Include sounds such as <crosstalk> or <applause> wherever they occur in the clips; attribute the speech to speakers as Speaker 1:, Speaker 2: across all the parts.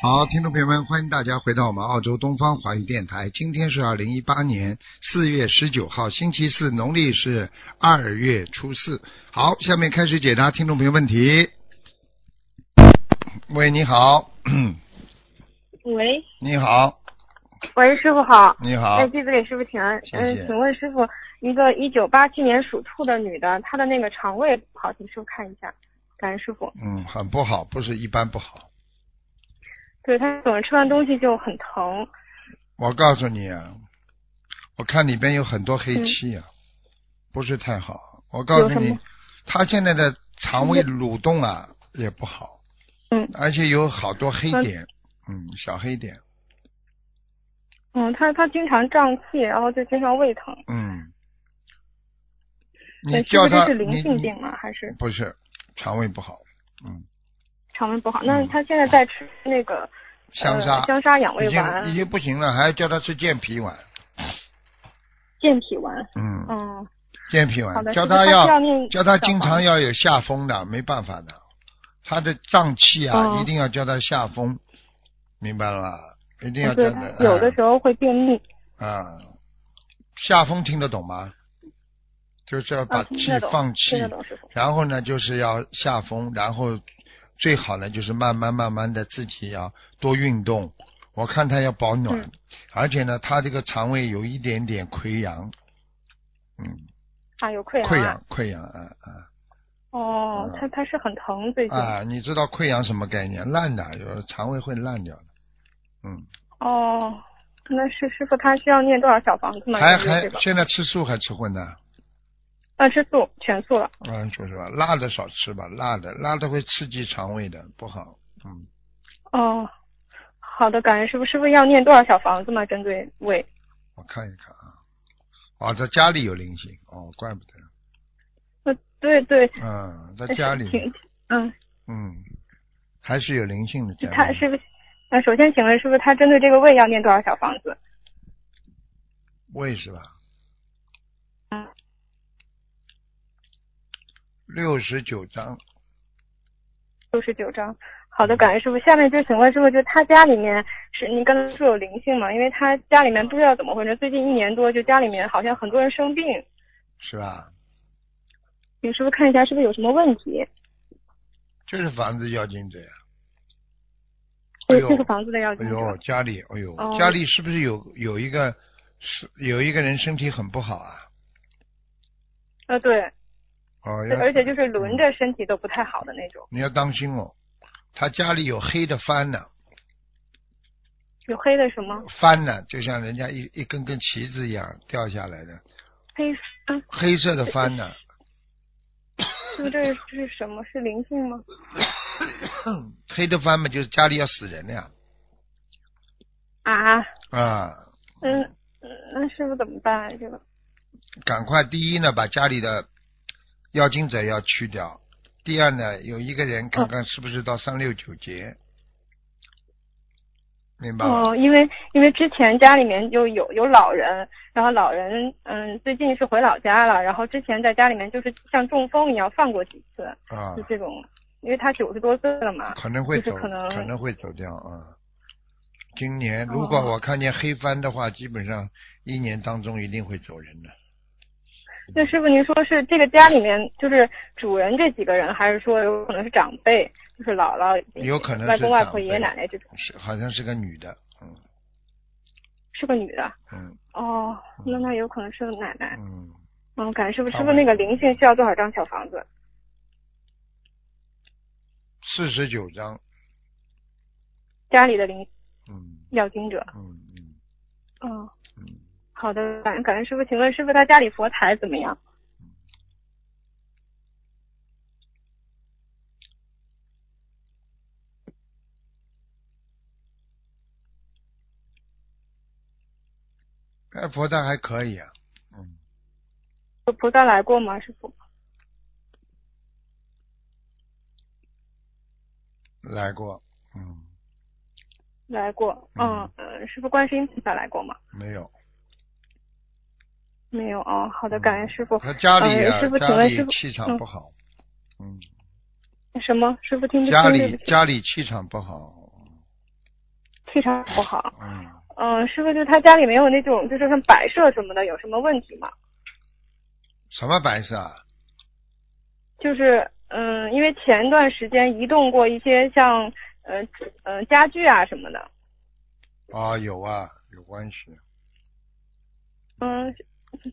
Speaker 1: 好，听众朋友们，欢迎大家回到我们澳洲东方华语电台。今天是二零一八年四月十九号，星期四，农历是二月初四。好，下面开始解答听众朋友问题。喂，你好， <clears throat>
Speaker 2: 喂
Speaker 1: 你好，
Speaker 2: 喂，师傅好。
Speaker 1: 你
Speaker 2: 哎，
Speaker 1: 好，
Speaker 2: 弟子给师傅请安。
Speaker 1: 谢谢
Speaker 2: 嗯，请问师傅，一个一九八七年属兔的女的，她的那个肠胃不好，请师傅看一下。感恩师傅。
Speaker 1: 嗯，很不好，不是一般不好。
Speaker 2: 对她总是吃完东西就很疼。
Speaker 1: 我告诉你啊，我看里边有很多黑气啊，不是太好。我告诉
Speaker 2: 嗯有什
Speaker 1: 你
Speaker 2: 么，
Speaker 1: 他现在的肠胃蠕动啊也不好，
Speaker 2: 嗯
Speaker 1: 而且有好多黑点，嗯，小黑点，
Speaker 2: 嗯，她她经常胀气，然后就经常胃疼。
Speaker 1: 嗯。你
Speaker 2: 对，师
Speaker 1: 叫
Speaker 2: 傅这
Speaker 1: 他
Speaker 2: 是
Speaker 1: 你
Speaker 2: 灵性
Speaker 1: 你
Speaker 2: 病吗？还是
Speaker 1: 不是肠胃不好，嗯，
Speaker 2: 肠胃不好？那
Speaker 1: 嗯
Speaker 2: 她现在在吃那个
Speaker 1: 香
Speaker 2: 呃
Speaker 1: 砂
Speaker 2: 香砂养
Speaker 1: 已
Speaker 2: 胃
Speaker 1: 经已
Speaker 2: 丸、
Speaker 1: 经不行了，还要叫他吃健脾丸，
Speaker 2: 健脾丸。
Speaker 1: 嗯，
Speaker 2: 嗯，
Speaker 1: 健脾
Speaker 2: 好
Speaker 1: 丸，
Speaker 2: 的
Speaker 1: 叫
Speaker 2: 就是他需要
Speaker 1: 要
Speaker 2: 念
Speaker 1: 叫他
Speaker 2: 小
Speaker 1: 经
Speaker 2: 房
Speaker 1: 常
Speaker 2: 子
Speaker 1: 要有下风的，没办法的，他的胀气啊，
Speaker 2: 哦
Speaker 1: 一定要叫他下风，明白了吧？一定要叫
Speaker 2: 嗯对
Speaker 1: 他，
Speaker 2: 有的时候会便秘。
Speaker 1: 候啊，下风听得懂吗？就是要把
Speaker 2: 啊，听
Speaker 1: 气
Speaker 2: 得懂，
Speaker 1: 放气
Speaker 2: 听，得懂，师傅。
Speaker 1: 然后呢就是要下风，然后最好呢就是慢慢慢慢的自己要多运动。我看他要保暖，
Speaker 2: 嗯
Speaker 1: 而且呢他这个肠胃有一点点溃疡，嗯，
Speaker 2: 啊，有溃疡。
Speaker 1: 溃疡嗯溃疡啊啊。
Speaker 2: 哦，他他是很疼最近。
Speaker 1: 啊，你知道溃疡什么概念？烂的，有时候肠胃会烂掉的。嗯，
Speaker 2: 哦，那是师傅他需要念多少小房子呢？
Speaker 1: 还
Speaker 2: 就是
Speaker 1: 还
Speaker 2: 这个
Speaker 1: 现在吃素还吃荤呢？
Speaker 2: 啊，吃素全素了。
Speaker 1: 啊，就是吧，辣的少吃吧，辣的辣的会刺激肠胃的，不好。嗯，
Speaker 2: 哦，好的，感恩师傅。师傅要念多少小房子嘛？针对胃
Speaker 1: 我看一看啊，哦，在家里有灵性，哦，怪不得，
Speaker 2: 呃，对对，
Speaker 1: 嗯，在家
Speaker 2: <laughs>
Speaker 1: 里，
Speaker 2: 请嗯，
Speaker 1: 嗯，还是有灵性的家里。
Speaker 2: 他师傅，呃，首先请问师傅，他针对这个胃要念多少小房子？
Speaker 1: 胃是吧？
Speaker 2: 嗯，
Speaker 1: 六十九章，
Speaker 2: 六十九章。好
Speaker 1: 嗯
Speaker 2: 的，感恩师傅。下面就请问师傅，就他家里面是您刚才说有灵性嘛？因为他家里面不知道怎么回事，最近一年多就家里面好像很多人生病，
Speaker 1: 是吧？
Speaker 2: 请师傅看一下是不是有什么问题？
Speaker 1: 就是房子要精者呀。哎
Speaker 2: 对
Speaker 1: 呦
Speaker 2: 这个房子的要
Speaker 1: 哎
Speaker 2: 经
Speaker 1: 呦，
Speaker 2: 者。
Speaker 1: 家里，哎呦，
Speaker 2: 哦
Speaker 1: 家里是不是有有一个是有一个人身体很不好啊？
Speaker 2: 呃，对，
Speaker 1: 哦，
Speaker 2: 对
Speaker 1: 要
Speaker 2: 而且就是轮着身体都不太好的那种，
Speaker 1: 你要当心哦，他家里有黑的帆呢、
Speaker 2: 有黑的什么
Speaker 1: 帆呢、就像人家一一根根旗子一样掉下来的
Speaker 2: 黑，嗯，
Speaker 1: 黑色的帆呢、
Speaker 2: 是不是这是这是什么？是灵性吗？
Speaker 1: 黑的帆嘛，就是家里要死人了呀
Speaker 2: 啊，
Speaker 1: 啊！
Speaker 2: 嗯，嗯那师傅怎么办啊？这个，
Speaker 1: 赶快，第一呢，把家里的妖精者要去掉；第二呢，有一个人看看是不是到三六九节，明白吗？
Speaker 2: 哦，因为因为之前家里面就有有老人，然后老人嗯最近是回老家了，然后之前在家里面就是像中风一样犯过几次，
Speaker 1: 啊
Speaker 2: 就，这种，因为他九十多岁了嘛，
Speaker 1: 可能会
Speaker 2: 就
Speaker 1: 走，
Speaker 2: 是可能
Speaker 1: 会走掉啊。今年
Speaker 2: 哦
Speaker 1: 如果我看见黑帆的话，基本上一年当中一定会走人的。
Speaker 2: 那师傅，您说是这个家里面就是主人这几个人，还是说有可能是长辈，就是姥姥、
Speaker 1: 有可能是
Speaker 2: 外公、外婆、
Speaker 1: 长辈
Speaker 2: 爷爷奶奶这种？
Speaker 1: 是，好像是个女的，嗯
Speaker 2: 是个女的。
Speaker 1: 嗯
Speaker 2: 哦，那那有可能是个奶奶。
Speaker 1: 嗯，
Speaker 2: 嗯，感谢师傅，
Speaker 1: 好
Speaker 2: 师傅那个灵性需要多少张小房子？
Speaker 1: 四十九章，
Speaker 2: 家里的灵
Speaker 1: 嗯
Speaker 2: 要经者。
Speaker 1: 嗯嗯
Speaker 2: 嗯，
Speaker 1: 嗯，
Speaker 2: 好的，感感恩师傅，请问师傅他家里佛台怎么样？
Speaker 1: 哎，佛诞还可以啊，嗯，
Speaker 2: 菩萨来过吗？师傅？
Speaker 1: 来过，嗯，
Speaker 2: 来过。嗯，呃、师傅观世音菩萨来过吗？
Speaker 1: 没有。
Speaker 2: 没有哦，好
Speaker 1: 嗯
Speaker 2: 的，感恩师傅。
Speaker 1: 他家里啊
Speaker 2: 呃师，傅请
Speaker 1: 家
Speaker 2: 问师
Speaker 1: 里
Speaker 2: 傅
Speaker 1: 气场
Speaker 2: 嗯
Speaker 1: 不好，嗯，
Speaker 2: 什么？师傅听不清？
Speaker 1: 家
Speaker 2: 对
Speaker 1: 里
Speaker 2: 不起
Speaker 1: 家里气场不好，
Speaker 2: 气场不好。
Speaker 1: 嗯，
Speaker 2: 嗯，师傅，就他家里没有那种就是像摆设什么的，有什么问题吗？
Speaker 1: 什么白色？啊？
Speaker 2: 就是嗯，因为前一段时间移动过一些像呃呃家具啊什么的，
Speaker 1: 啊，有啊，有关系。
Speaker 2: 嗯，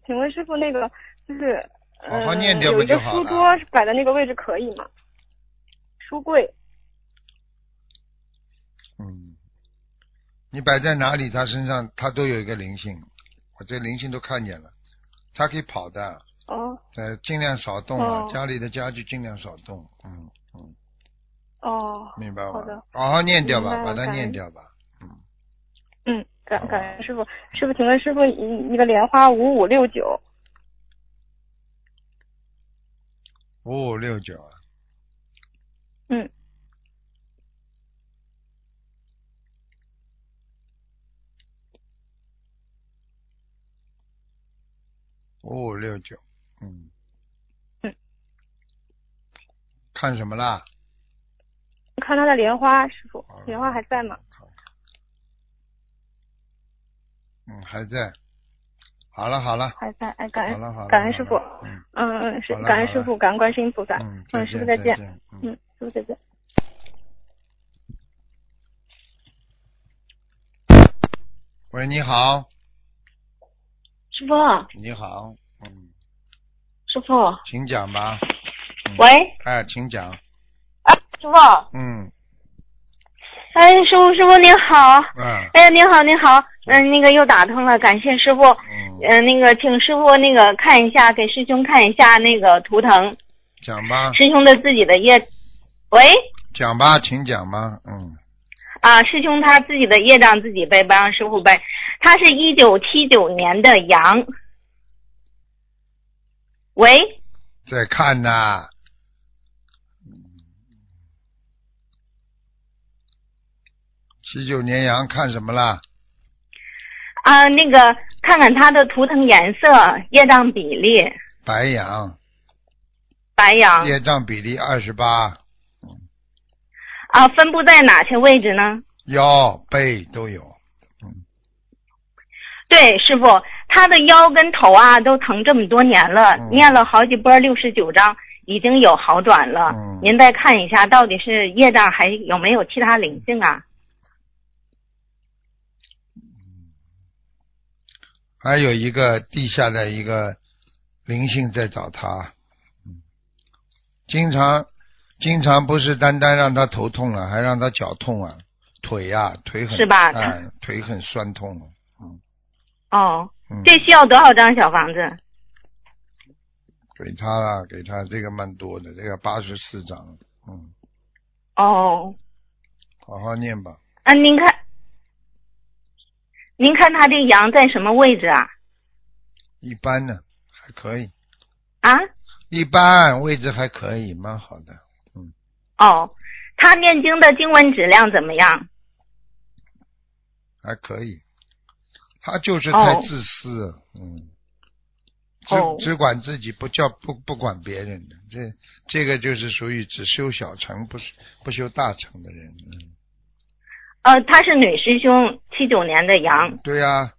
Speaker 2: 请问师傅那个就是
Speaker 1: 好
Speaker 2: 嗯、
Speaker 1: 好念掉
Speaker 2: 有
Speaker 1: 不
Speaker 2: 一个
Speaker 1: 就好
Speaker 2: 书
Speaker 1: 了
Speaker 2: 桌摆在那个位置可以吗？书柜
Speaker 1: 嗯，你摆在哪里，他身上他都有一个灵性，我这灵性都看见了，他可以跑的，
Speaker 2: 哦
Speaker 1: 呃，尽量少动啊，
Speaker 2: 哦
Speaker 1: 家里的家具尽量少动，嗯嗯，
Speaker 2: 哦，
Speaker 1: 明白吗
Speaker 2: 好的？
Speaker 1: 好好念掉吧，
Speaker 2: 明白
Speaker 1: 把
Speaker 2: 了
Speaker 1: 它
Speaker 2: 感
Speaker 1: 念
Speaker 2: 恩
Speaker 1: 掉吧，嗯，
Speaker 2: 嗯，感
Speaker 1: 好啊
Speaker 2: 感恩师傅，师傅，请问师傅一一个莲花五五六九，
Speaker 1: 五五六九啊，
Speaker 2: 嗯，
Speaker 1: 五五六九，嗯，
Speaker 2: 嗯，
Speaker 1: 看什么啦？
Speaker 2: 看他的莲花，师傅
Speaker 1: 好，啊
Speaker 2: 莲花还在吗？？
Speaker 1: 看看，嗯，还在。好了好了，
Speaker 2: 还在，哎，感
Speaker 1: 好
Speaker 2: 恩
Speaker 1: 了好了，
Speaker 2: 感恩师
Speaker 1: 好
Speaker 2: 傅，
Speaker 1: 了嗯
Speaker 2: 嗯嗯，是
Speaker 1: 好了
Speaker 2: 感恩
Speaker 1: 好
Speaker 2: 师
Speaker 1: 了
Speaker 2: 傅，感恩观世音菩萨，
Speaker 1: 嗯，
Speaker 2: 嗯，师傅再见，
Speaker 1: 见，嗯
Speaker 2: 嗯，师傅再见。
Speaker 1: 喂，你好，
Speaker 3: 师傅，
Speaker 1: 你好，嗯，
Speaker 3: 师傅，
Speaker 1: 请讲吧。嗯
Speaker 3: 喂，
Speaker 1: 哎，请讲。
Speaker 3: 啊，师傅，
Speaker 1: 嗯，
Speaker 3: 哎，师傅，师傅您好，
Speaker 1: 啊，
Speaker 3: 哎，您好，您好，嗯、那个又打通了，感谢师傅，
Speaker 1: 嗯，
Speaker 3: 嗯、那个请师傅那个看一下，给师兄看一下那个图腾，
Speaker 1: 讲吧，
Speaker 3: 师兄的自己的业，喂，
Speaker 1: 讲吧，请讲吧。嗯，
Speaker 3: 啊，师兄他自己的业障自己背，不让师傅背，他是一九七九年的羊，喂，
Speaker 1: 在看呐。七九年羊看什么啦？
Speaker 3: 啊，那个看看他的图腾颜色，业障比例，
Speaker 1: 白羊，
Speaker 3: 白羊。
Speaker 1: 业障比例二十八，
Speaker 3: 啊，分布在哪些位置呢？
Speaker 1: 腰背都有。
Speaker 3: 对，师傅，他的腰跟头啊都疼这么多年了，
Speaker 1: 嗯
Speaker 3: 念了好几波六十九章，已经有好转了。
Speaker 1: 嗯
Speaker 3: 您再看一下，到底是业障还有没有其他灵性啊？
Speaker 1: 还有一个地下的一个灵性在找他，嗯，经常经常不是单单让他头痛了，还让他脚痛啊，腿呀、腿很
Speaker 3: 是吧
Speaker 1: 哎，腿很酸痛。啊
Speaker 3: 哦，
Speaker 1: 嗯，
Speaker 3: 这需要多少张小房子？
Speaker 1: 给他了，给他这个蛮多的，这个八十四张，嗯，
Speaker 3: 哦，
Speaker 1: 好好念吧。
Speaker 3: 啊，您看，您看他这羊在什么位置啊？
Speaker 1: 一般呢，还可以，
Speaker 3: 啊？
Speaker 1: 一般位置还可以，蛮好的。
Speaker 3: 哦，他念经的经文质量怎么样？
Speaker 1: 还可以，他就是太
Speaker 3: 哦
Speaker 1: 自私，嗯，只、
Speaker 3: 哦
Speaker 1: 只管自己，不叫不不管别人的，这这个就是属于只修小成，不不修大成的人，嗯，
Speaker 3: 呃，她是女师兄，七九年的羊。
Speaker 1: 对呀、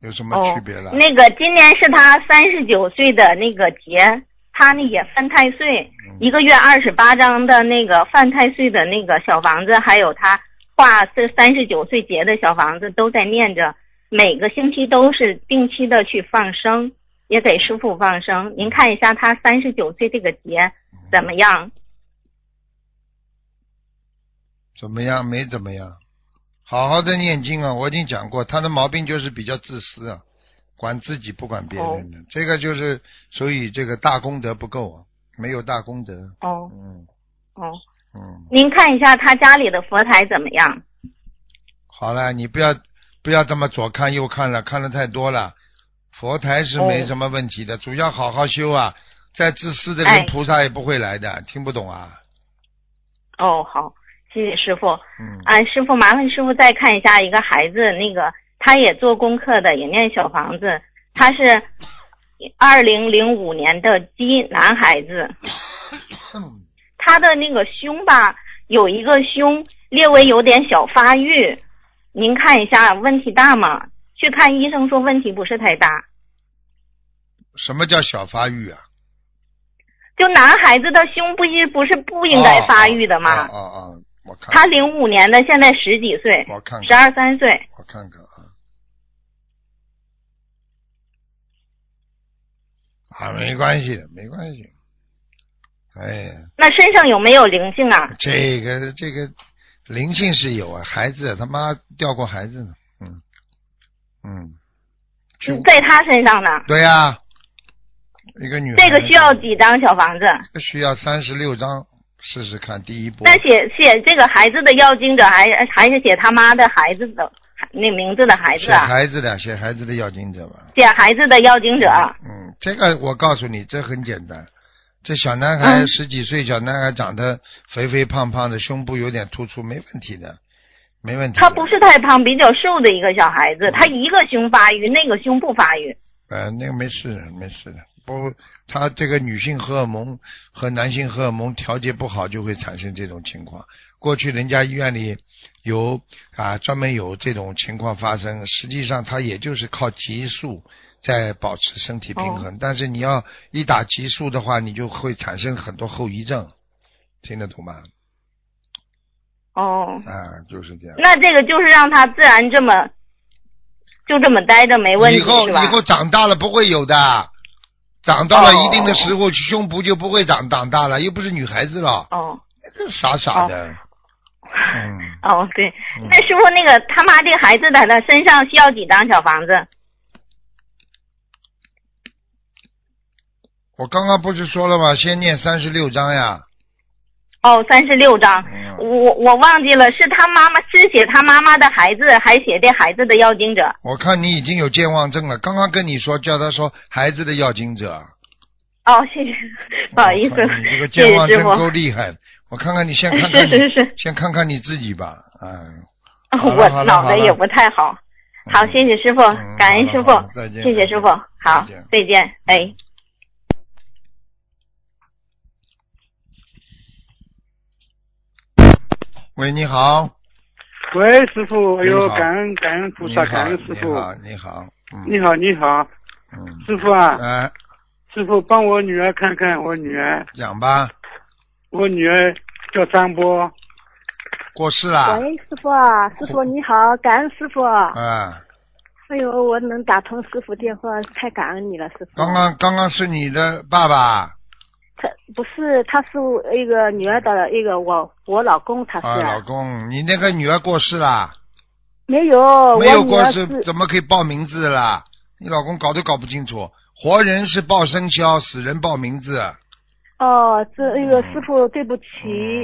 Speaker 1: 有什么
Speaker 3: 哦
Speaker 1: 区别了？
Speaker 3: 那个今年是他三十九岁的那个节，他呢也犯太岁，一个月二十八张的那个犯太岁的那个小房子，还有他画这三十九岁节的小房子都在念着，每个星期都是定期的去放生，也给师傅放生。您看一下他三十九岁这个节怎么样？
Speaker 1: 怎么样？没怎么样，好好的念经啊！我已经讲过，他的毛病就是比较自私啊，管自己不管别人的，这个就是所以这个大功德不够啊，没有大功德，
Speaker 3: 哦
Speaker 1: 嗯
Speaker 3: 哦，
Speaker 1: 嗯。
Speaker 3: 您看一下他家里的佛台怎么样？
Speaker 1: 好了，你不要不要这么左看右看了，看的太多了。佛台是没
Speaker 3: 哦
Speaker 1: 什么问题的，主要好好修啊。再自私的人，
Speaker 3: 哎
Speaker 1: 菩萨也不会来的。听不懂啊？
Speaker 3: 哦，好，谢谢师傅。
Speaker 1: 嗯，
Speaker 3: 啊，师傅，麻烦师傅再看一下一个孩子，那个他也做功课的，也念小房子，他是二零零五年的鸡男嗯孩子，他的那个胸吧，有一个胸略微有点小发育，您看一下问题大吗？去看医生说问题不是太大，
Speaker 1: 什么叫小发育啊？
Speaker 3: 就男孩子的胸不一不是不应该发育的
Speaker 1: 哦
Speaker 3: 吗？
Speaker 1: 哦哦，哦哦我看
Speaker 3: 他零五年的，现在十几岁，
Speaker 1: 我看
Speaker 3: 十
Speaker 1: 看，
Speaker 3: 二三岁，
Speaker 1: 我看看啊。啊，没关系的，没关系。哎呀，
Speaker 3: 那身上有没有灵性啊？
Speaker 1: 这个这个灵性是有啊，孩子他妈掉过孩子呢，嗯嗯，去
Speaker 3: 在他身上呢？
Speaker 1: 对呀、一个女孩
Speaker 3: 这
Speaker 1: 子
Speaker 3: 个需要几张小房子？
Speaker 1: 这需要三十六张，试试看第一波
Speaker 3: 那写写这个孩子的要经者，还还是写他妈的孩子的那名字的孩子
Speaker 1: 写
Speaker 3: 啊？
Speaker 1: 孩子的写孩子的要经者吧。
Speaker 3: 写孩子的要经者，
Speaker 1: 嗯，这个我告诉你，这很简单。这小男孩
Speaker 3: 嗯
Speaker 1: 十几岁，小男孩长得肥肥胖胖的，胸部有点突出，没问题的，没问题的。
Speaker 3: 他不是太胖，比较瘦的一个小孩
Speaker 1: 嗯
Speaker 3: 子，他一个胸发育，那个胸不发育。
Speaker 1: 呃，那个没事的，没事的。不，他这个女性荷尔蒙和男性荷尔蒙调节不好，就会产生这种情况。过去人家医院里有啊，专门有这种情况发生。实际上，它也就是靠激素在保持身体平衡。但是你要一打激素的话，你就会产生很多后遗症，听得懂吗？
Speaker 3: 哦，
Speaker 1: 啊，就是这样。
Speaker 3: 那这个就是让他自然这么，就这么待着没问题
Speaker 1: 以后
Speaker 3: 是吧
Speaker 1: 以？后长大了不会有的，长到了
Speaker 3: 哦
Speaker 1: 一定的时候，胸部就不会长长大了，又不是女孩子了。
Speaker 3: 哦
Speaker 1: 这傻傻的，嗯，
Speaker 3: 哦对，
Speaker 1: 嗯
Speaker 3: 那师傅那个他妈这孩子的他身上需要几张小房子？
Speaker 1: 我刚刚不是说了吗？先念三十六章呀，
Speaker 3: 哦，三十六张。
Speaker 1: 嗯，
Speaker 3: 啊我我忘记了，是他妈妈是写他妈妈的孩子，还写这孩子的要经者。
Speaker 1: 我看你已经有健忘症了。刚刚跟你说，叫他说孩子的要经者，
Speaker 3: 哦，谢谢，不好意思
Speaker 1: 我
Speaker 3: <laughs>
Speaker 1: 看你这个，
Speaker 3: 谢
Speaker 1: 健忘
Speaker 3: 谢师
Speaker 1: 症
Speaker 3: 傅。
Speaker 1: 够
Speaker 3: <laughs>
Speaker 1: 厉害的。我看看你，先看看
Speaker 3: 是
Speaker 1: 你，
Speaker 3: 是是，
Speaker 1: 先看看你自己吧，嗯。好了好了
Speaker 3: 我脑
Speaker 1: 好
Speaker 3: 袋
Speaker 1: 了
Speaker 3: 也不太好。好，谢谢师傅
Speaker 1: 嗯，
Speaker 3: 感恩
Speaker 1: 好
Speaker 3: 师
Speaker 1: 了
Speaker 3: 傅
Speaker 1: 好了，再见
Speaker 3: 谢谢
Speaker 1: 再
Speaker 3: 师
Speaker 1: 见
Speaker 3: 傅，好
Speaker 1: 再见，
Speaker 3: 再见，哎。
Speaker 1: 嗯喂，你好，
Speaker 4: 喂，师傅，哎
Speaker 1: 你
Speaker 4: 呦，
Speaker 1: 好
Speaker 4: 感恩感恩菩
Speaker 1: 你
Speaker 4: 萨，
Speaker 1: 好，
Speaker 4: 感恩师
Speaker 1: 你
Speaker 4: 傅。
Speaker 1: 好，你好，嗯，
Speaker 4: 你好，你好，
Speaker 1: 嗯，
Speaker 4: 师傅啊，
Speaker 1: 哎，
Speaker 4: 师傅帮我女儿看看，我女儿，
Speaker 1: 讲吧，
Speaker 4: 我女儿叫张波，
Speaker 1: 过世啦，
Speaker 5: 喂，师傅啊，师傅你好，感恩师傅。
Speaker 1: 啊，
Speaker 5: 哎呦，我能打通师傅电话，太感恩你了，师傅。
Speaker 1: 刚刚刚刚是你的爸啊爸
Speaker 5: 他不是，他是我一个女儿的一个我我老公，他是、
Speaker 1: 啊，老公，你那个女儿过世啦。
Speaker 5: 没有，
Speaker 1: 没有
Speaker 5: 哦我女
Speaker 1: 过
Speaker 5: 儿
Speaker 1: 世
Speaker 5: 是
Speaker 1: 怎么可以报名字啦？你老公搞都搞不清楚，活人是报生肖，死人报名字。啊
Speaker 5: 哦，这那个师傅对不起，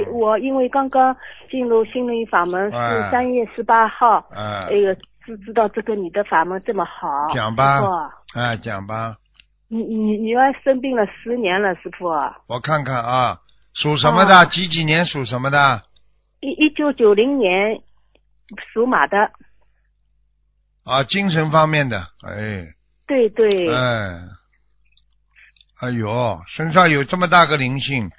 Speaker 1: 嗯
Speaker 5: 我因为刚刚进入心灵法门
Speaker 1: 哎
Speaker 5: 是三月十八号，
Speaker 1: 嗯、
Speaker 5: 那个知知道这个你的法门这么好，
Speaker 1: 讲吧
Speaker 5: 师傅，
Speaker 1: 哎、讲吧，
Speaker 5: 你你女儿生病了十年了，师傅，
Speaker 1: 我看看啊，属什么的？
Speaker 5: 哦
Speaker 1: 几几年属什么的？
Speaker 5: 一一九九零年属马的。
Speaker 1: 啊，精神方面的，哎，
Speaker 5: 对对，
Speaker 1: 哎，哎呦，身上有这么大个灵性，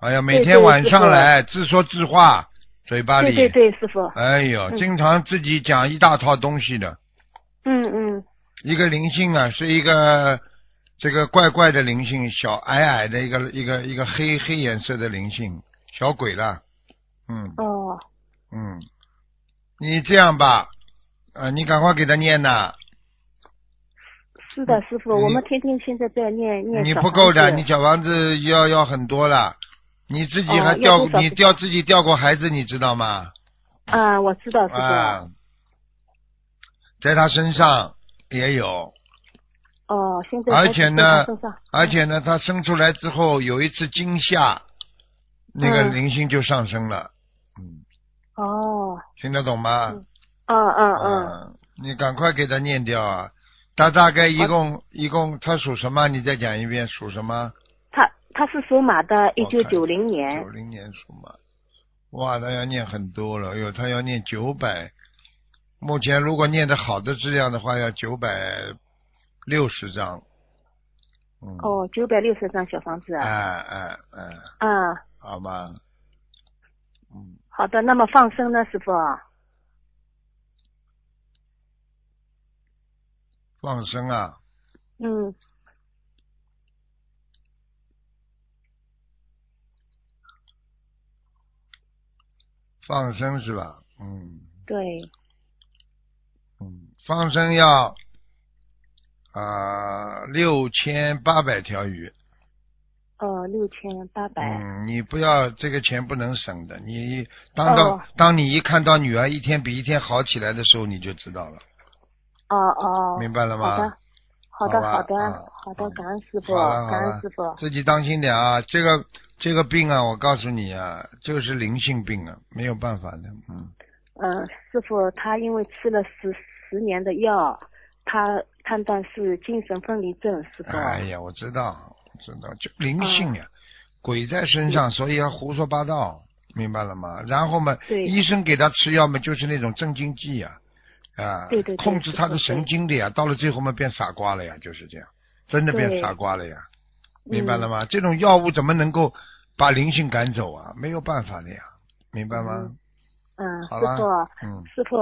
Speaker 1: 哎呀，每
Speaker 5: 对
Speaker 1: 天
Speaker 5: 对
Speaker 1: 晚
Speaker 5: 是
Speaker 1: 上
Speaker 5: 的
Speaker 1: 来自说自话，嘴巴
Speaker 5: 对
Speaker 1: 里，
Speaker 5: 对对，师傅，
Speaker 1: 哎呦，
Speaker 5: 嗯
Speaker 1: 经常自己讲一大套东西的，
Speaker 5: 嗯嗯，
Speaker 1: 一个灵性啊，是一个这个怪怪的灵性，小矮矮的一个一个一个黑黑颜色的灵性，小鬼了。嗯
Speaker 5: 哦，
Speaker 1: 嗯，你这样吧，呃，你赶快给他念呐、
Speaker 5: 是的，师傅，
Speaker 1: 嗯你
Speaker 5: 我们天天现在在念念
Speaker 1: 你
Speaker 5: 小
Speaker 1: 不够的，
Speaker 5: 房子
Speaker 1: 你小房子要要很多了，你自己
Speaker 5: 哦
Speaker 1: 还
Speaker 5: 要
Speaker 1: 掉、
Speaker 5: 多少
Speaker 1: 你掉自己掉过孩子，你知道吗？
Speaker 5: 啊，我知道，师
Speaker 1: 啊
Speaker 5: 傅，，
Speaker 1: 在他身上也有，
Speaker 5: 哦，现在
Speaker 1: 而
Speaker 5: 开始
Speaker 1: 且呢
Speaker 5: 送上送上
Speaker 1: 而且呢，他生出来之后有一次惊吓，那个
Speaker 5: 嗯
Speaker 1: 灵性就上升了。嗯，
Speaker 5: 哦，
Speaker 1: 听得懂吗？
Speaker 5: 嗯嗯嗯嗯，
Speaker 1: 嗯，你赶快给他念掉啊！他大概一共一共他属什么？你再讲一遍，属什么？
Speaker 5: 他他是属马的，一
Speaker 1: 我
Speaker 5: 九
Speaker 1: 看
Speaker 5: 九零年
Speaker 1: 九，零年属马。哇，他要念很多了，哟，他要念九百。目前如果念的好的质量的话，要九百六十张。嗯。。
Speaker 5: 哦，九百六十张小房子
Speaker 1: 哎
Speaker 5: 啊，
Speaker 1: 哎哎，
Speaker 5: 啊，
Speaker 1: 好吗？嗯。
Speaker 5: 好的，那么放生呢，师傅？
Speaker 1: 放生啊，
Speaker 5: 嗯，
Speaker 1: 放生是吧？嗯
Speaker 5: 对，
Speaker 1: 嗯，放生要啊六千八百条鱼。
Speaker 5: 哦，六千八百，
Speaker 1: 嗯，你不要这个钱不能省的。你当到、
Speaker 5: 哦
Speaker 1: 当你一看到女儿一天比一天好起来的时候，你就知道了，
Speaker 5: 哦哦，
Speaker 1: 明白了吗？
Speaker 5: 好的，好
Speaker 1: 好
Speaker 5: 的，
Speaker 1: 吧
Speaker 5: 好的
Speaker 1: 嗯，
Speaker 5: 好的，感恩师傅，
Speaker 1: 好了好
Speaker 5: 感
Speaker 1: 了
Speaker 5: 恩师傅，
Speaker 1: 自己当心点啊！这个这个病啊，我告诉你啊，就是灵性病啊，没有办法的。嗯，
Speaker 5: 嗯，师傅他因为吃了十十年的药，他判断是精神分离症，师傅。
Speaker 1: 哎呀，我知道，我知道，就灵性
Speaker 5: 嗯
Speaker 1: 呀、鬼在身上，所以要胡说八道，明白了吗？然后嘛，
Speaker 5: 对
Speaker 1: 医生给他吃药嘛，就是那种镇静剂呀、啊，
Speaker 5: 对对对
Speaker 1: 控制他的
Speaker 5: 是的
Speaker 1: 神经的呀，到了最后嘛，变傻瓜了呀，就是这样，真的变
Speaker 5: 对嗯
Speaker 1: 傻瓜了呀，明白了吗？这种药物怎么能够把灵性赶走啊？没有办法的呀，明白吗？
Speaker 5: 嗯，
Speaker 1: 好
Speaker 5: 师
Speaker 1: 了
Speaker 5: 傅，
Speaker 1: 嗯
Speaker 5: 师傅，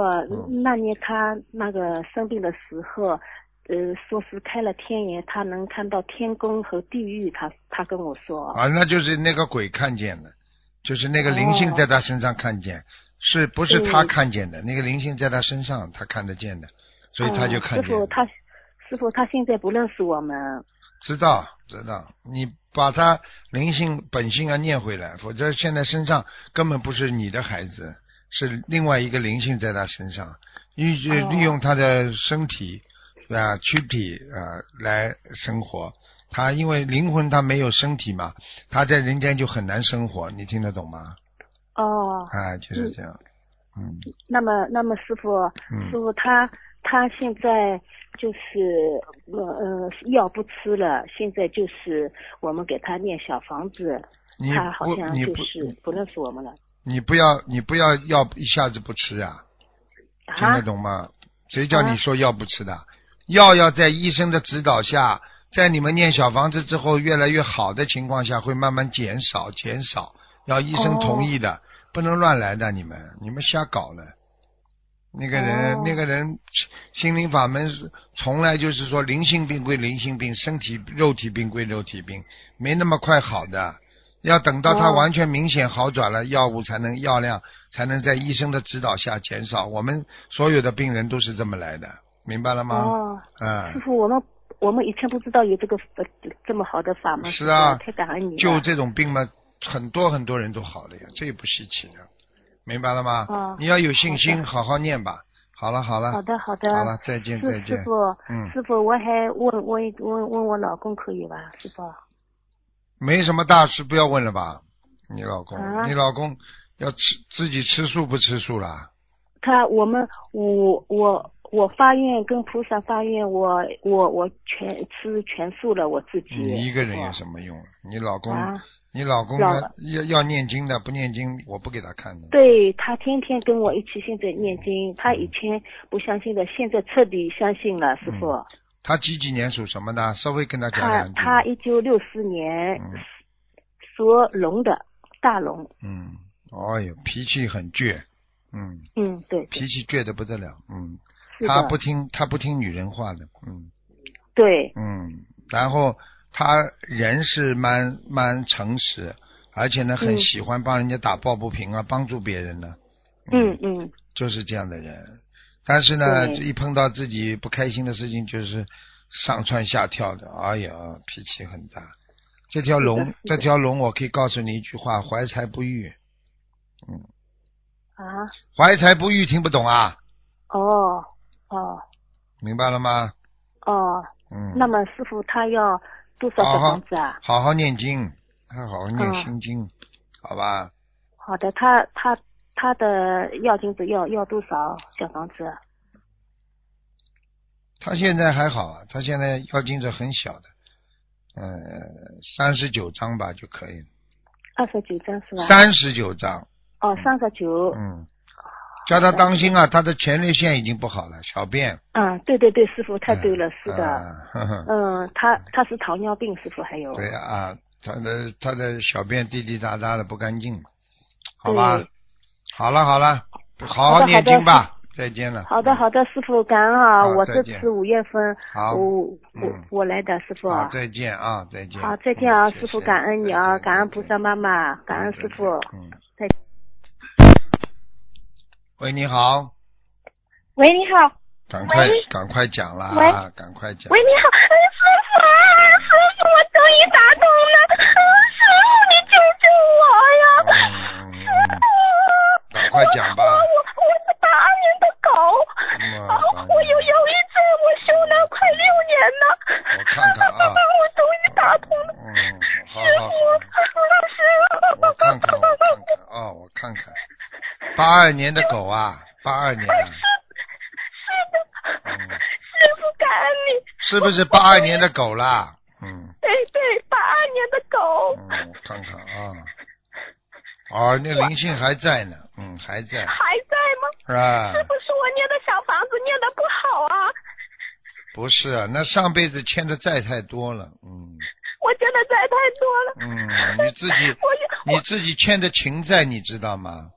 Speaker 5: 那年他那个生病的时候，呃，说是开了天眼，他能看到天宫和地狱，他他跟我说。
Speaker 1: 啊，那就是那个鬼看见的，就是那个灵性在他身上看见，是不是他看见的？那个灵性在他身上，他看得见的，所以他哦就
Speaker 5: 嗯
Speaker 1: 看
Speaker 5: 师
Speaker 1: 见了。
Speaker 5: 傅他，师傅他现在不认识我们。
Speaker 1: 知道知道，你把他灵性本性啊念回来，否则现在身上根本不是你的孩子，是另外一个灵性在他身上，利
Speaker 5: 哦
Speaker 1: 利用他的身体啊、躯体啊、来生活。他因为灵魂他没有身体嘛，他在人间就很难生活，你听得懂吗？
Speaker 5: 哦，
Speaker 1: 哎，就是这样。嗯
Speaker 5: 那么那么师傅，师
Speaker 1: 嗯，
Speaker 5: 傅他他现在就是呃呃药不吃了，现在就是我们给他念小房子，
Speaker 1: 你
Speaker 5: 嗯他好
Speaker 1: 不
Speaker 5: 像
Speaker 1: 你
Speaker 5: 就
Speaker 1: 不
Speaker 5: 是不认识我们了
Speaker 1: 你不要你不要药一下子不吃啊，听
Speaker 5: 啊
Speaker 1: 得懂吗？谁叫你说药不吃的？药要在医生的指导下，在你们念小房子之后越来越好的情况下，会慢慢减少减少，要医生同意的，不能乱来的。你们你们瞎搞了。那个人，
Speaker 5: 哦
Speaker 1: 那个人，心灵法门是从来就是说，灵性病归灵性病，身体肉体病归肉体病，没那么快好的。要等到它
Speaker 5: 哦
Speaker 1: 完全明显好转了，药物才能药量才能在医生的指导下减少。我们所有的病人都是这么来的，明白了吗？
Speaker 5: 哦，师
Speaker 1: 嗯，
Speaker 5: 傅我们。我们以前不知道有这个呃这么好的法门，
Speaker 1: 是啊
Speaker 5: 师傅太感恩你了。
Speaker 1: 就这种病嘛，很多很多人都好了呀，这也不稀奇的，明白了吗？
Speaker 5: 哦
Speaker 1: 你要有信
Speaker 5: 好
Speaker 1: 心，好好念吧。好了好了，
Speaker 5: 好的好的，
Speaker 1: 好了，再见
Speaker 5: 师
Speaker 1: 再
Speaker 5: 师
Speaker 1: 见
Speaker 5: 傅。，
Speaker 1: 嗯
Speaker 5: 师傅，我还问问一问问我老公可以吧，师傅？
Speaker 1: 没什么大事，不要问了吧？你老公，
Speaker 5: 啊
Speaker 1: 你老公要吃自己吃素不吃素啦？
Speaker 5: 他我们我我我发愿跟菩萨发愿，我我我全吃全素了，我自己。
Speaker 1: 你一个人有
Speaker 5: 是
Speaker 1: 什么用？你老公，
Speaker 5: 啊？
Speaker 1: 你老公
Speaker 5: 老
Speaker 1: 要要要念经的，不念经我不给他看的。
Speaker 5: 对他天天跟我一起现在念
Speaker 1: 嗯
Speaker 5: 经，他以前不相信的，现在彻底相信了，师傅。
Speaker 1: 他几几年属什么的？稍微跟嗯他讲
Speaker 5: 他
Speaker 1: 两句。
Speaker 5: 他一九六四年
Speaker 1: 嗯
Speaker 5: 属龙的，大龙。
Speaker 1: 嗯，哎呦，脾气很倔，嗯，
Speaker 5: 嗯，对，对
Speaker 1: 脾气倔的不得了，嗯，
Speaker 5: 是
Speaker 1: 他
Speaker 5: 的
Speaker 1: 不听他不听女人话的，嗯
Speaker 5: 对，
Speaker 1: 嗯，然后他人是蛮蛮诚实，而且呢很
Speaker 5: 嗯
Speaker 1: 喜欢帮人家打抱不平啊，帮助别人呢、
Speaker 5: 嗯嗯，
Speaker 1: 就是这样的人。但是呢，
Speaker 5: 对
Speaker 1: 一碰到自己不开心的事情，就是上蹿下跳的，哎呀，脾气很大。这条
Speaker 5: 是的
Speaker 1: 龙
Speaker 5: 是，
Speaker 1: 这
Speaker 5: 的
Speaker 1: 条龙，我可以告诉你一句话：怀才不遇。
Speaker 5: 啊，
Speaker 1: 怀才不遇，听不懂啊？
Speaker 5: 哦哦
Speaker 1: 明白了吗？
Speaker 5: 哦，
Speaker 1: 嗯。
Speaker 5: 那么师傅他要多少小房子啊？
Speaker 1: 好好念经，他好好念
Speaker 5: 嗯
Speaker 1: 心经，好吧？
Speaker 5: 好的，他他他的要金子要要多少小房子？
Speaker 1: 他现在还好啊，他现在要经者很小的，嗯，三十九章吧就可以了，
Speaker 5: 二十九张是吧？
Speaker 1: 三十九章，
Speaker 5: 哦，三十九。
Speaker 1: 嗯，叫他当心啊，他的前列腺已经不好了，小便。
Speaker 5: 嗯，对对对，师傅太对了，是的。
Speaker 1: 啊、呵呵
Speaker 5: 嗯，他他是糖尿病，师傅还有。
Speaker 1: <laughs> 对啊，他的他的小便滴滴答答的不干净，好吧
Speaker 5: 对？
Speaker 1: 好了好了，好
Speaker 5: 好的
Speaker 1: 念经
Speaker 5: 好
Speaker 1: 吧，再见了。
Speaker 5: 好的，好的，师傅，感恩啊！
Speaker 1: 好
Speaker 5: 我
Speaker 1: 再
Speaker 5: 这
Speaker 1: 见
Speaker 5: 次五月份，
Speaker 1: 好
Speaker 5: 我我
Speaker 1: 嗯
Speaker 5: 我来的，师傅。
Speaker 1: 好，再见啊，再见。
Speaker 5: 好，再见啊，
Speaker 1: 嗯
Speaker 5: 师傅，感恩你啊，感恩菩萨，妈妈，感恩师傅。
Speaker 1: 谢谢再见嗯，
Speaker 5: 再
Speaker 1: 见。喂，你好，
Speaker 6: 喂，你好，
Speaker 1: 赶快
Speaker 6: 喂
Speaker 1: 赶快讲啦
Speaker 6: 喂，
Speaker 1: 赶快讲。
Speaker 6: 喂，你好，哎师傅啊，师傅，我终于打通了，啊师傅，你救救我呀！
Speaker 1: 嗯，赶快讲吧。
Speaker 6: 我我是八二年的狗，
Speaker 1: 嗯
Speaker 6: 啊，我有忧郁症，我修了快六年了，
Speaker 1: 我看
Speaker 6: <laughs>
Speaker 1: 看啊
Speaker 6: 啊，我终于打通了，
Speaker 1: 嗯，好好好。
Speaker 6: 老师，
Speaker 1: 我看看，我看看，哦，我看看，八二年的狗啊，八二年啊，嗯，
Speaker 6: 师傅感恩你，
Speaker 1: 是不是八二年的狗啦？嗯
Speaker 6: 对对，八二年的狗，
Speaker 1: 嗯，我看看啊，哦，那灵性还在呢，嗯，还在
Speaker 6: 还在吗？
Speaker 1: 啊
Speaker 6: 是，不是我念的小房子念的不好啊？
Speaker 1: 不是啊，那上辈子欠的债太多了，嗯
Speaker 6: 我真的债太多了。
Speaker 1: 嗯，你自己
Speaker 6: 我有
Speaker 1: 你自己欠的情债你知道吗？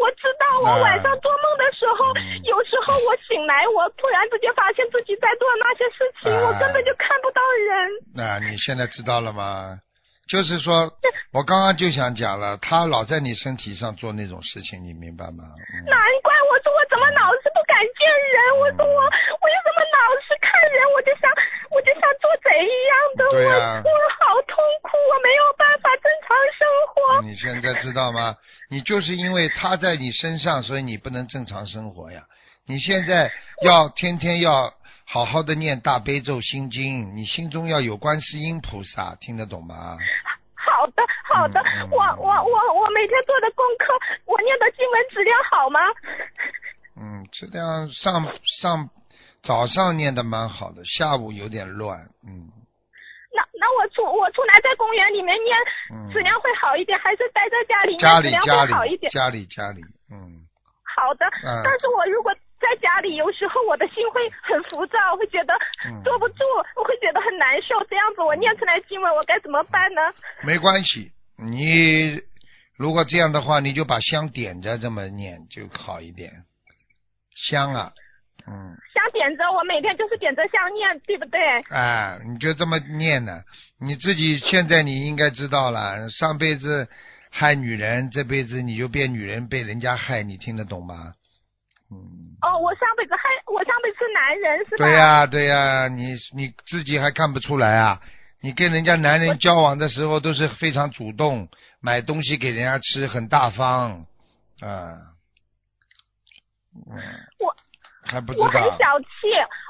Speaker 6: 我知道，我
Speaker 1: 哎
Speaker 6: 晚上做梦的时候，
Speaker 1: 嗯
Speaker 6: 有时候我醒来，我突然之间发现自己在做那些事情，
Speaker 1: 哎
Speaker 6: 我根本就看不到人。
Speaker 1: 那你现在知道了吗？就是说，我刚刚就想讲了，他老在你身体上做那种事情，你明白吗？嗯
Speaker 6: 难怪我说我怎么老是不敢见人，我说我为什么老是看人，我就像我就像做贼一样的，
Speaker 1: 对
Speaker 6: 我
Speaker 1: 呀
Speaker 6: 我好痛苦，我没有办法正常生活。
Speaker 1: 你现在知道吗？你就是因为他在你身上，所以你不能正常生活呀。你现在要天天要好好的念大悲咒心经，你心中要有观世音菩萨，听得懂吗？
Speaker 6: 好的，好的
Speaker 1: 嗯嗯，
Speaker 6: 我我我我每天做的功课，我念的经文质量好吗？
Speaker 1: 嗯，质量上上早上念的蛮好的，下午有点乱，嗯
Speaker 6: 那那我出我出来在公园里面念，
Speaker 1: 嗯。
Speaker 6: 质量会好一点，还是待在家里面
Speaker 1: 家
Speaker 6: 质
Speaker 1: 里
Speaker 6: 量
Speaker 1: 家
Speaker 6: 会好
Speaker 1: 里
Speaker 6: 一点？
Speaker 1: 家里家里，
Speaker 6: <laughs>
Speaker 1: 嗯，
Speaker 6: 好的，
Speaker 1: 嗯
Speaker 6: 但是我如果在家里，有时候我的心会很浮躁，会觉得
Speaker 1: 嗯
Speaker 6: 坐不住，我会觉得很难受。这样子我念出来经文，我该怎么办呢？
Speaker 1: 没关系。你如果这样的话，你就把香点着这么念就好一点。香啊，嗯，
Speaker 6: 想点着，我每天就是点着香念，对不对？
Speaker 1: 哎，你就这么念呢。你自己现在你应该知道了，上辈子害女人，这辈子你就变女人被人家害，你听得懂吗？嗯，
Speaker 6: 哦，我上辈子还我上辈子是男人是吧？
Speaker 1: 对呀、对呀、你你自己还看不出来啊？你跟人家男人交往的时候都是非常主动，买东西给人家吃，很大方，啊，嗯，
Speaker 6: 我
Speaker 1: 还不知
Speaker 6: 我很
Speaker 1: 道，
Speaker 6: 小气，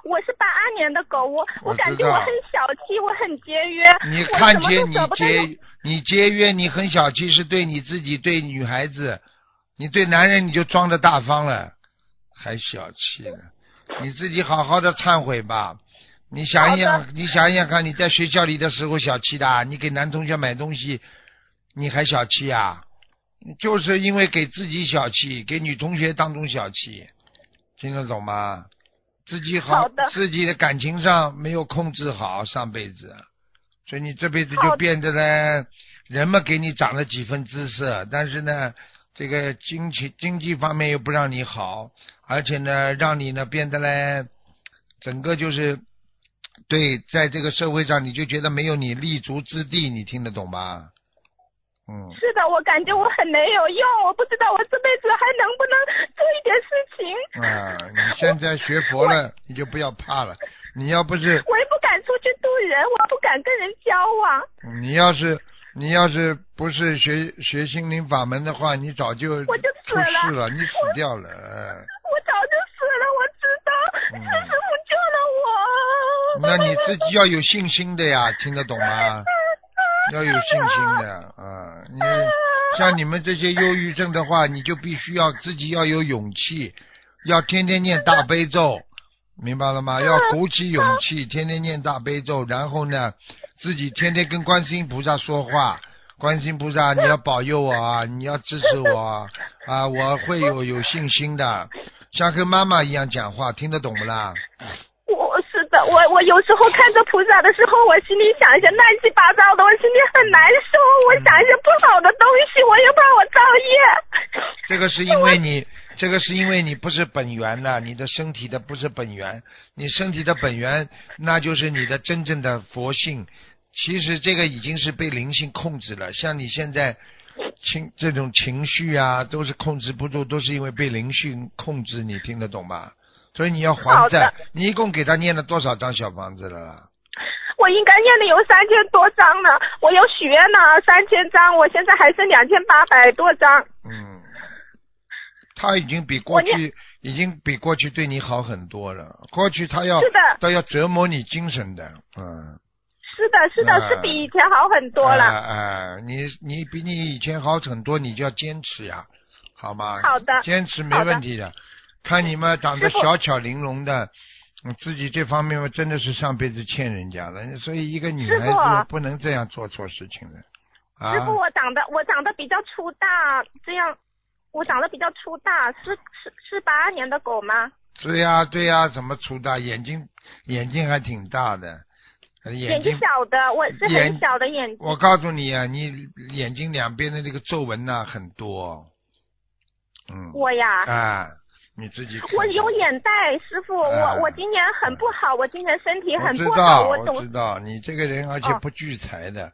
Speaker 6: 我是八二年的狗，我
Speaker 1: 我
Speaker 6: 感
Speaker 1: 知
Speaker 6: 觉
Speaker 1: 道
Speaker 6: 我很小气，我很节约，
Speaker 1: 你
Speaker 6: 我
Speaker 1: 看
Speaker 6: 什么
Speaker 1: 节
Speaker 6: 都
Speaker 1: 你
Speaker 6: 舍不得用
Speaker 1: 节你节约，你很小气，是对你自己对女孩子，你对男人你就装的大方了，还小气了，你自己好好的忏悔吧。你想一想，你想一想看，你在学校里的时候小气的啊，你给男同学买东西，你还小气啊？就是因为给自己小气，给女同学当中小气，听得懂吗？自己好，
Speaker 6: 好的
Speaker 1: 自己的感情上没有控制好，上辈子，啊所以你这辈子
Speaker 6: 好
Speaker 1: 就
Speaker 6: 的
Speaker 1: 变得呢，人们给你长了几分姿色，但是呢，这个经济经济方面又不让你好，而且呢，让你呢变得呢，整个就是对，在这个社会上你就觉得没有你立足之地，你听得懂吧？嗯，
Speaker 6: 是的，我感觉我很没有用，我不知道我这辈子还能不能做一点事
Speaker 1: 啊，
Speaker 6: 情。
Speaker 1: 你现在学佛了，你就不要怕了。你要不是，
Speaker 6: <laughs> 我也不敢出去度人，我不敢跟人交往。
Speaker 1: 你要是，你要是不是学学心灵法门的话，你早就
Speaker 6: 我就死
Speaker 1: 出事了，
Speaker 6: 了
Speaker 1: 你死掉了。哎
Speaker 6: 我早就死了，我知
Speaker 1: 嗯
Speaker 6: 道，是师傅救了 <laughs> 我。
Speaker 1: 那你自己要有信心的呀，听得懂
Speaker 6: <laughs>
Speaker 1: 吗？要有信心的，啊，你像你们这些忧郁症的话，你就必须要自己要有勇气，要天天念大悲咒，明白
Speaker 6: <laughs>
Speaker 1: 了吗？要鼓起勇气，天天念大悲咒，然后呢，自己天天跟观世音菩萨说话。观世音菩萨，你要保佑我啊！你要支持我啊！啊，我会有有信心的，像跟妈妈一样讲话，听得懂不啦？
Speaker 6: 我是的，我我有时候看着菩萨的时候，我心里想一些乱七八糟的，我心里很难受，我想一些不好的东西，我又怕我造业。 <laughs>
Speaker 1: 这个是因为你，这个是因为你不是本源呐、你的身体的不是本源，你身体的本源那就是你的真正的佛性。其实这个已经是被灵性控制了，像你现在情这种情绪啊，都是控制不住，都是因为被灵性控制。你听得懂吧？所以你要还
Speaker 6: 好
Speaker 1: 债
Speaker 6: 的。
Speaker 1: 你一共给他念了多少张小房子了啦？
Speaker 6: 我应该念的有三千多张呢，我有许愿呢，三千张，我现在还剩两千八百多张。
Speaker 1: 嗯，他已经比过
Speaker 6: 我
Speaker 1: 去已经比过去对你好很多了。过去他要
Speaker 6: 是的
Speaker 1: 他要折磨你精神的，嗯，
Speaker 6: 是的，是的，
Speaker 1: 啊
Speaker 6: 是比以前好很多了。
Speaker 1: 哎、哎你你比你以前好很多，你就要坚持呀，好吗？
Speaker 6: 好的
Speaker 1: 坚持没
Speaker 6: 好的
Speaker 1: 问题的。看你们长得
Speaker 6: 师傅
Speaker 1: 小巧玲珑的，嗯自己这方面真的是上辈子欠人家了，所以一个女
Speaker 6: 师
Speaker 1: 孩
Speaker 6: 傅啊
Speaker 1: 子不能这样做错事情的。啊，
Speaker 6: 师傅，我长得我长得比较粗大，这样我长得比较粗大，是是是八二年的狗吗？
Speaker 1: 对呀、对呀、怎么粗大？眼睛眼睛还挺大的，呃眼
Speaker 6: 睛
Speaker 1: 睛。
Speaker 6: 小的，我是
Speaker 1: 眼
Speaker 6: 很小的眼睛。
Speaker 1: 我告诉你啊，你眼睛两边的那个皱纹呐、很多。嗯。
Speaker 6: 我呀，
Speaker 1: 啊，你自己看。
Speaker 6: 我有眼袋，师傅，
Speaker 1: 啊
Speaker 6: 我我今年很不好，我今年身体
Speaker 1: 我
Speaker 6: 很
Speaker 1: 知
Speaker 6: 不好，
Speaker 1: 道，
Speaker 6: 我
Speaker 1: 我
Speaker 6: 总
Speaker 1: 知道，你这个人而且
Speaker 6: 哦
Speaker 1: 不聚财的，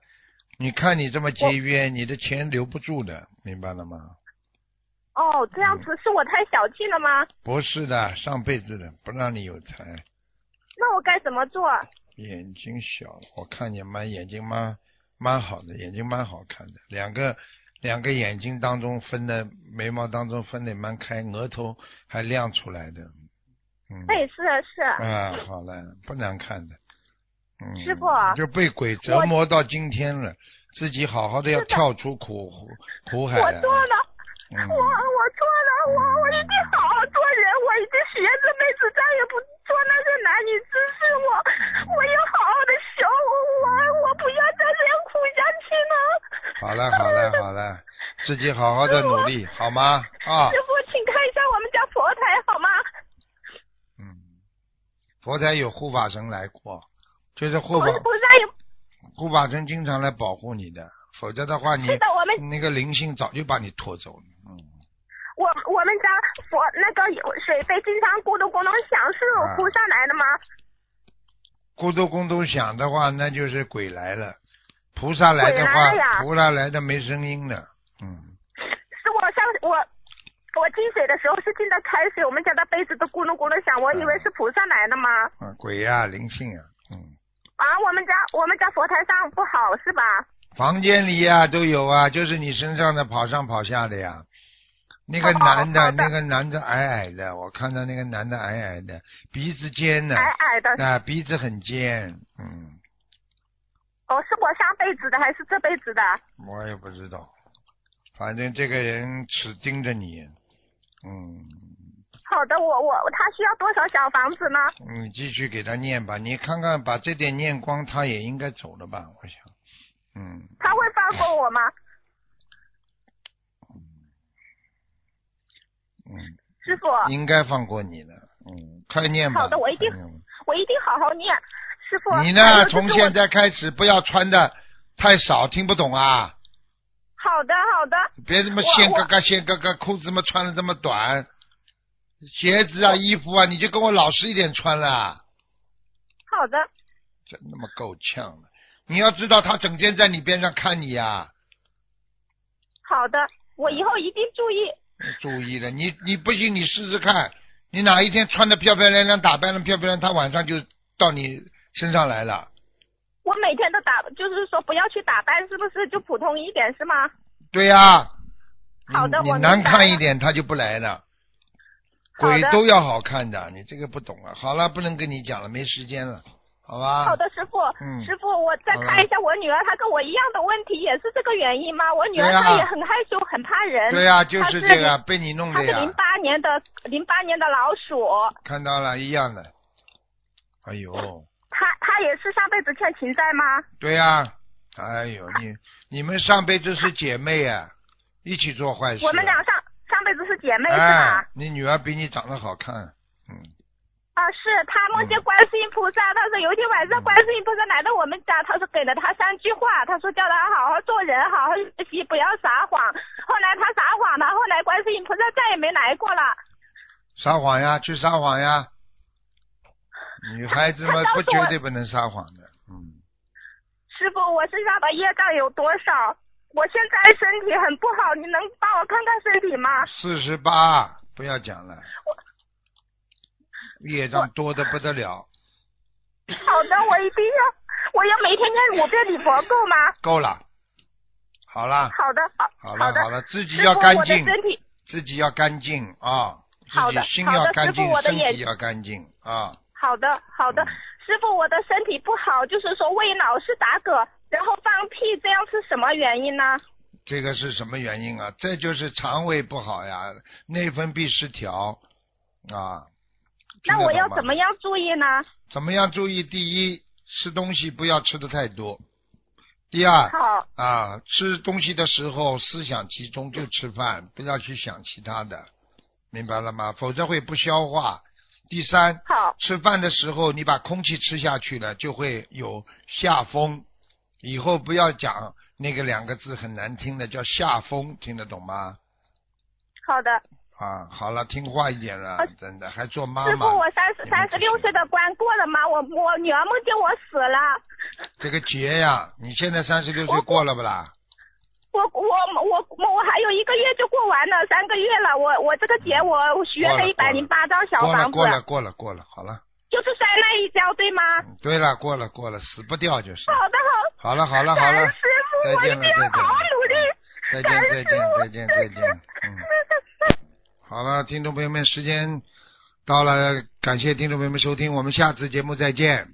Speaker 1: 你看你这么节约，你的钱留不住的，明白了吗？
Speaker 6: 哦这样子是我太小气了吗？
Speaker 1: 不是的，上辈子的不让你有财，
Speaker 6: 那我该怎么做？
Speaker 1: 眼睛小，我看你蛮眼睛蛮蛮好的，眼睛蛮好看的，两个两个眼睛当中分的眉毛当中分的蛮开，额头还亮出来的，嗯，
Speaker 6: 哎，是是，
Speaker 1: 啊，好了，不难看的，嗯，
Speaker 6: 师傅
Speaker 1: 就被鬼折磨到今天了，自己好好的要跳出苦苦苦海
Speaker 6: 我
Speaker 1: 来，
Speaker 6: 错了，
Speaker 1: 嗯啊
Speaker 6: 我我错了，我我一定好好做人，我已经学这辈子再也不做那些男女之事，我我要好好的修，我我我不要再这样苦下去了。
Speaker 1: 好了好了好了，自己好好的努力，好吗？啊
Speaker 6: 师，傅，请看一下我们家佛台好吗？
Speaker 1: 嗯，佛台有护法神来过，就是护
Speaker 6: 我
Speaker 1: 法
Speaker 6: 是菩萨也
Speaker 1: 护法神经常来保护你的，否则的话你
Speaker 6: 是的，我们
Speaker 1: 那个灵性早就把你拖走了。嗯，
Speaker 6: 我我们家佛那个有水杯经常咕咚咕咚响，是有
Speaker 1: 啊
Speaker 6: 菩萨来的吗？
Speaker 1: 咕咚咕咚响的话，那就是鬼来了；菩萨来的
Speaker 6: 鬼来
Speaker 1: 话
Speaker 6: 了，呀
Speaker 1: 菩萨来的没声音的。嗯，
Speaker 6: 是我上我我进水的时候是进的开水，我们家的杯子都咕咚咕咚响，我以为是菩萨来的吗？
Speaker 1: 啊，鬼呀、灵性啊，嗯，
Speaker 6: 啊，我们家我们家佛台上不好是吧？
Speaker 1: 房间里呀、都有啊，就是你身上的跑上跑下的呀。那个
Speaker 6: 哦
Speaker 1: 男的，
Speaker 6: 好的
Speaker 1: 那个男的矮矮的，我看到那个男的矮矮的，鼻子尖的，
Speaker 6: 矮矮的，
Speaker 1: 啊，鼻子很尖，嗯。
Speaker 6: 哦，是我上辈子的还是这辈子的？
Speaker 1: 我也不知道，反正这个人只盯着你，嗯，
Speaker 6: 好的，我我他需要多少小房子呢？
Speaker 1: 你继续给他念吧，你看看把这点念光，他也应该走了吧，我想，嗯，
Speaker 6: 他会放过我吗？
Speaker 1: 嗯
Speaker 6: 师傅，
Speaker 1: 应该放过你的，嗯，快念吧。
Speaker 6: 好的我一定
Speaker 1: 快念吧
Speaker 6: 我一定好好念。师傅，
Speaker 1: 你
Speaker 6: 还有
Speaker 1: 呢？
Speaker 6: 就是
Speaker 1: 从
Speaker 6: 我
Speaker 1: 现在开始不要穿的太少，听不懂啊！
Speaker 6: 好的好的，
Speaker 1: 别这么
Speaker 6: 我
Speaker 1: 线
Speaker 6: 我
Speaker 1: 嘎嘎线嘎嘎，裤子嘛穿的这么短，鞋子啊衣服啊，你就跟我老实一点穿啦。
Speaker 6: 好的，
Speaker 1: 真他妈够呛的！你要知道，他整天在你边上看你呀、啊
Speaker 6: 好的，我以后一定注意。
Speaker 1: 注意了，你你不信你试试看，你哪一天穿的漂漂亮亮，打扮的漂漂亮，他晚上就到你身上来了。
Speaker 6: 我每天都打，就是说不要去打扮，是不是就普通一点是吗？
Speaker 1: 对呀、你
Speaker 6: 好的
Speaker 1: 你
Speaker 6: 我明白
Speaker 1: 难看一点他就不来了。
Speaker 6: 好
Speaker 1: 鬼
Speaker 6: 的
Speaker 1: 都要好看的，你这个不懂啊。好了，不能跟你讲了，没时间了，好吧？
Speaker 6: 好的，师傅，
Speaker 1: 嗯
Speaker 6: 师傅，我再
Speaker 1: 好了
Speaker 6: 看一下我女儿，她跟我一样的问题，也是这个原因吗？我女儿
Speaker 1: 对呀啊
Speaker 6: 她也很害羞，很怕人。
Speaker 1: 对呀、就是这个
Speaker 6: 她
Speaker 1: 被你弄
Speaker 6: 她
Speaker 1: 的
Speaker 6: 是
Speaker 1: 呀。
Speaker 6: 零八年的零八年的老鼠，
Speaker 1: 看到了，一样的。哎呦。
Speaker 6: 她她也是上辈子欠情债吗？
Speaker 1: 对呀、哎呦，你你们上辈子是姐妹啊，一起做坏事啊。
Speaker 6: 我们俩上上辈子是姐妹、是
Speaker 1: 哎
Speaker 6: 吧？，
Speaker 1: 你女儿比你长得好看，嗯，
Speaker 6: 啊，是他梦
Speaker 1: 嗯
Speaker 6: 见观世音菩萨，他说有一天晚上观世音菩萨来到我们家，他说给了他三句话，他说叫他好好做人，好好学习，不要撒谎。后来他撒谎了，后来观世音菩萨再也没来过了。
Speaker 1: 撒谎呀，去撒谎呀。女孩子嘛
Speaker 6: 他，
Speaker 1: 不
Speaker 6: 告诉我
Speaker 1: 绝对不能撒谎的。嗯，
Speaker 6: 师傅，我身上的业障有多少？我现在身体很不好，你能帮我看看身体吗？
Speaker 1: 四十八，不要讲了。业障多的不得了，
Speaker 6: 好的，我一定要，我要每天念五遍礼佛够吗？
Speaker 1: 够了，好了，
Speaker 6: 好的，好，
Speaker 1: 好了，
Speaker 6: 的，
Speaker 1: 好了，自己
Speaker 6: 师
Speaker 1: 要
Speaker 6: 傅
Speaker 1: 干
Speaker 6: 我的
Speaker 1: 净，
Speaker 6: 身体
Speaker 1: 自己要干净啊，
Speaker 6: 好
Speaker 1: 自己
Speaker 6: 的
Speaker 1: 心
Speaker 6: 好的
Speaker 1: 要
Speaker 6: 师
Speaker 1: 干
Speaker 6: 傅
Speaker 1: 净，
Speaker 6: 我的
Speaker 1: 身
Speaker 6: 眼
Speaker 1: 体要干净啊。
Speaker 6: 好的，好
Speaker 1: 嗯
Speaker 6: 的，师傅，我的身体不好，就是说胃老是打嗝，然后放屁，这样是什么原因呢？
Speaker 1: 这个是什么原因啊？这就是肠胃不好呀，内分泌失调啊。听
Speaker 6: 那
Speaker 1: 得
Speaker 6: 我
Speaker 1: 懂
Speaker 6: 要
Speaker 1: 吗
Speaker 6: 怎么样注意呢？
Speaker 1: 怎么样注意？第一，吃东西不要吃的太多；第二
Speaker 6: 好，
Speaker 1: 啊，吃东西的时候思想集中，就吃饭，不要去想其他的，明白了吗？否则会不消化。第三，
Speaker 6: 好，
Speaker 1: 吃饭的时候你把空气吃下去了，就会有下风。以后不要讲那个两个字很难听的，叫下风，听得懂吗？
Speaker 6: 好的，
Speaker 1: 啊，好了，听话一点了
Speaker 6: 啊，
Speaker 1: 真的还做妈嗯
Speaker 6: 师傅，
Speaker 1: 妈，
Speaker 6: 我三十
Speaker 1: 你们
Speaker 6: 三
Speaker 1: 继
Speaker 6: 十
Speaker 1: 续
Speaker 6: 六岁的关过了吗？我我女儿梦见我死了。
Speaker 1: 这个劫呀，你现在三十六岁
Speaker 6: 我
Speaker 1: 过了不啦？
Speaker 6: 我我我我我还有一个月就过完了，三个月了。我我这个节我我学
Speaker 1: 过了
Speaker 6: 了一百零八张小
Speaker 1: 过了
Speaker 6: 房子
Speaker 1: 过，了过了过了，好了，
Speaker 6: 就是摔那一跤，对吗？
Speaker 1: 嗯对了过了过了，死不掉就是。
Speaker 6: 好的好，
Speaker 1: 好了好了好
Speaker 6: 感恩
Speaker 1: 了，
Speaker 6: 师傅，
Speaker 1: 再
Speaker 6: 我一
Speaker 1: 见了嗯
Speaker 6: 定要好好努力。
Speaker 1: 再见
Speaker 6: 感恩
Speaker 1: 再
Speaker 6: 师
Speaker 1: 见
Speaker 6: 傅
Speaker 1: 再见再见，嗯。
Speaker 6: <laughs>
Speaker 1: 好了，听众朋友们，时间到了，感谢听众朋友们收听，我们下次节目再见。